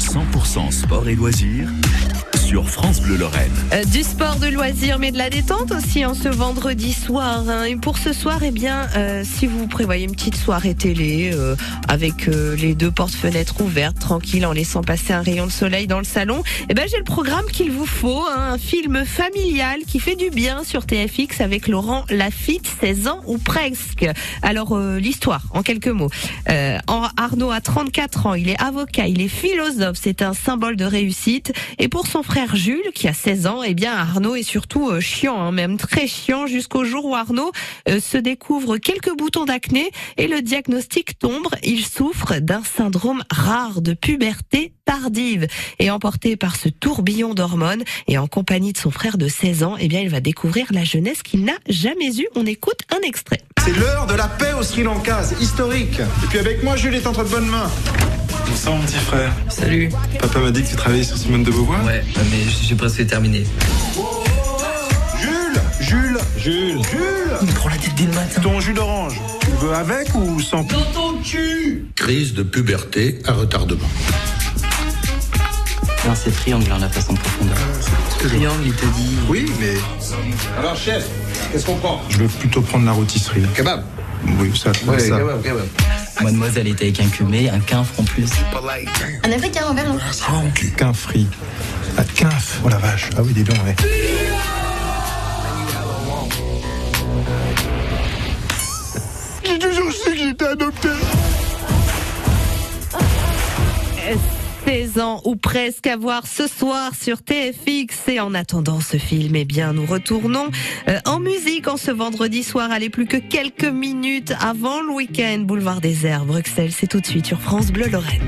100% sport et loisirs sur France Bleu Lorraine. Euh, du sport, de loisirs, mais de la détente aussi en ce vendredi soir. hein. Et pour ce soir, eh bien, euh, si vous prévoyez une petite soirée télé euh, avec euh, les deux portes-fenêtres ouvertes, tranquille, en laissant passer un rayon de soleil dans le salon, eh ben, j'ai le programme qu'il vous faut, hein, un film familial qui fait du bien sur TFX avec Laurent Lafitte, 16 ans ou presque. Alors euh, l'histoire, en quelques mots. Euh, Ar- Arnaud a 34 ans, il est avocat, il est philosophe, c'est un symbole de réussite. Et pour son frère Jules, qui a 16 ans, eh bien Arnaud est surtout euh, chiant, hein, même très chiant, jusqu'au jour où Arnaud euh, se découvre quelques boutons d'acné et le diagnostic tombe. Il souffre d'un syndrome rare de puberté tardive. Et emporté par ce tourbillon d'hormones et en compagnie de son frère de 16 ans, eh bien il va découvrir la jeunesse qu'il n'a jamais eue. On écoute un extrait. C'est l'heure de la paix au Sri Lanka, c'est historique. Et puis avec moi, Jules est entre de bonnes mains. Bonsoir mon petit frère. Salut. Papa m'a dit que tu travaillais sur Simone de Beauvoir. Ouais, mais j'ai presque terminé. Jules Jules Jules Jules Il prend la tête dès le matin. Ton jus d'orange, tu veux avec ou sans Crise de puberté à retardement. Non, c'est triangle, on la passe en profondeur. Triangle, il te dit. Oui, mais... Alors chef, qu'est-ce qu'on prend Je veux plutôt prendre la rôtisserie. Kebab Oui, ça, Ouais, ça. kebab, kebab. Mademoiselle était avec un cumé, un quinfre en plus. Un africain en verre, non Qu'un frit. Ah, quinf. Oh la vache. Ah oui, des dons, ouais. J'ai toujours su que j'étais adopté. 16 ans ou presque à voir ce soir sur TFX. Et en attendant ce film, eh bien, nous retournons euh, en musique en ce vendredi soir. Allez, plus que quelques minutes avant le week-end. Boulevard des Airs, Bruxelles, c'est tout de suite sur France Bleu Lorraine.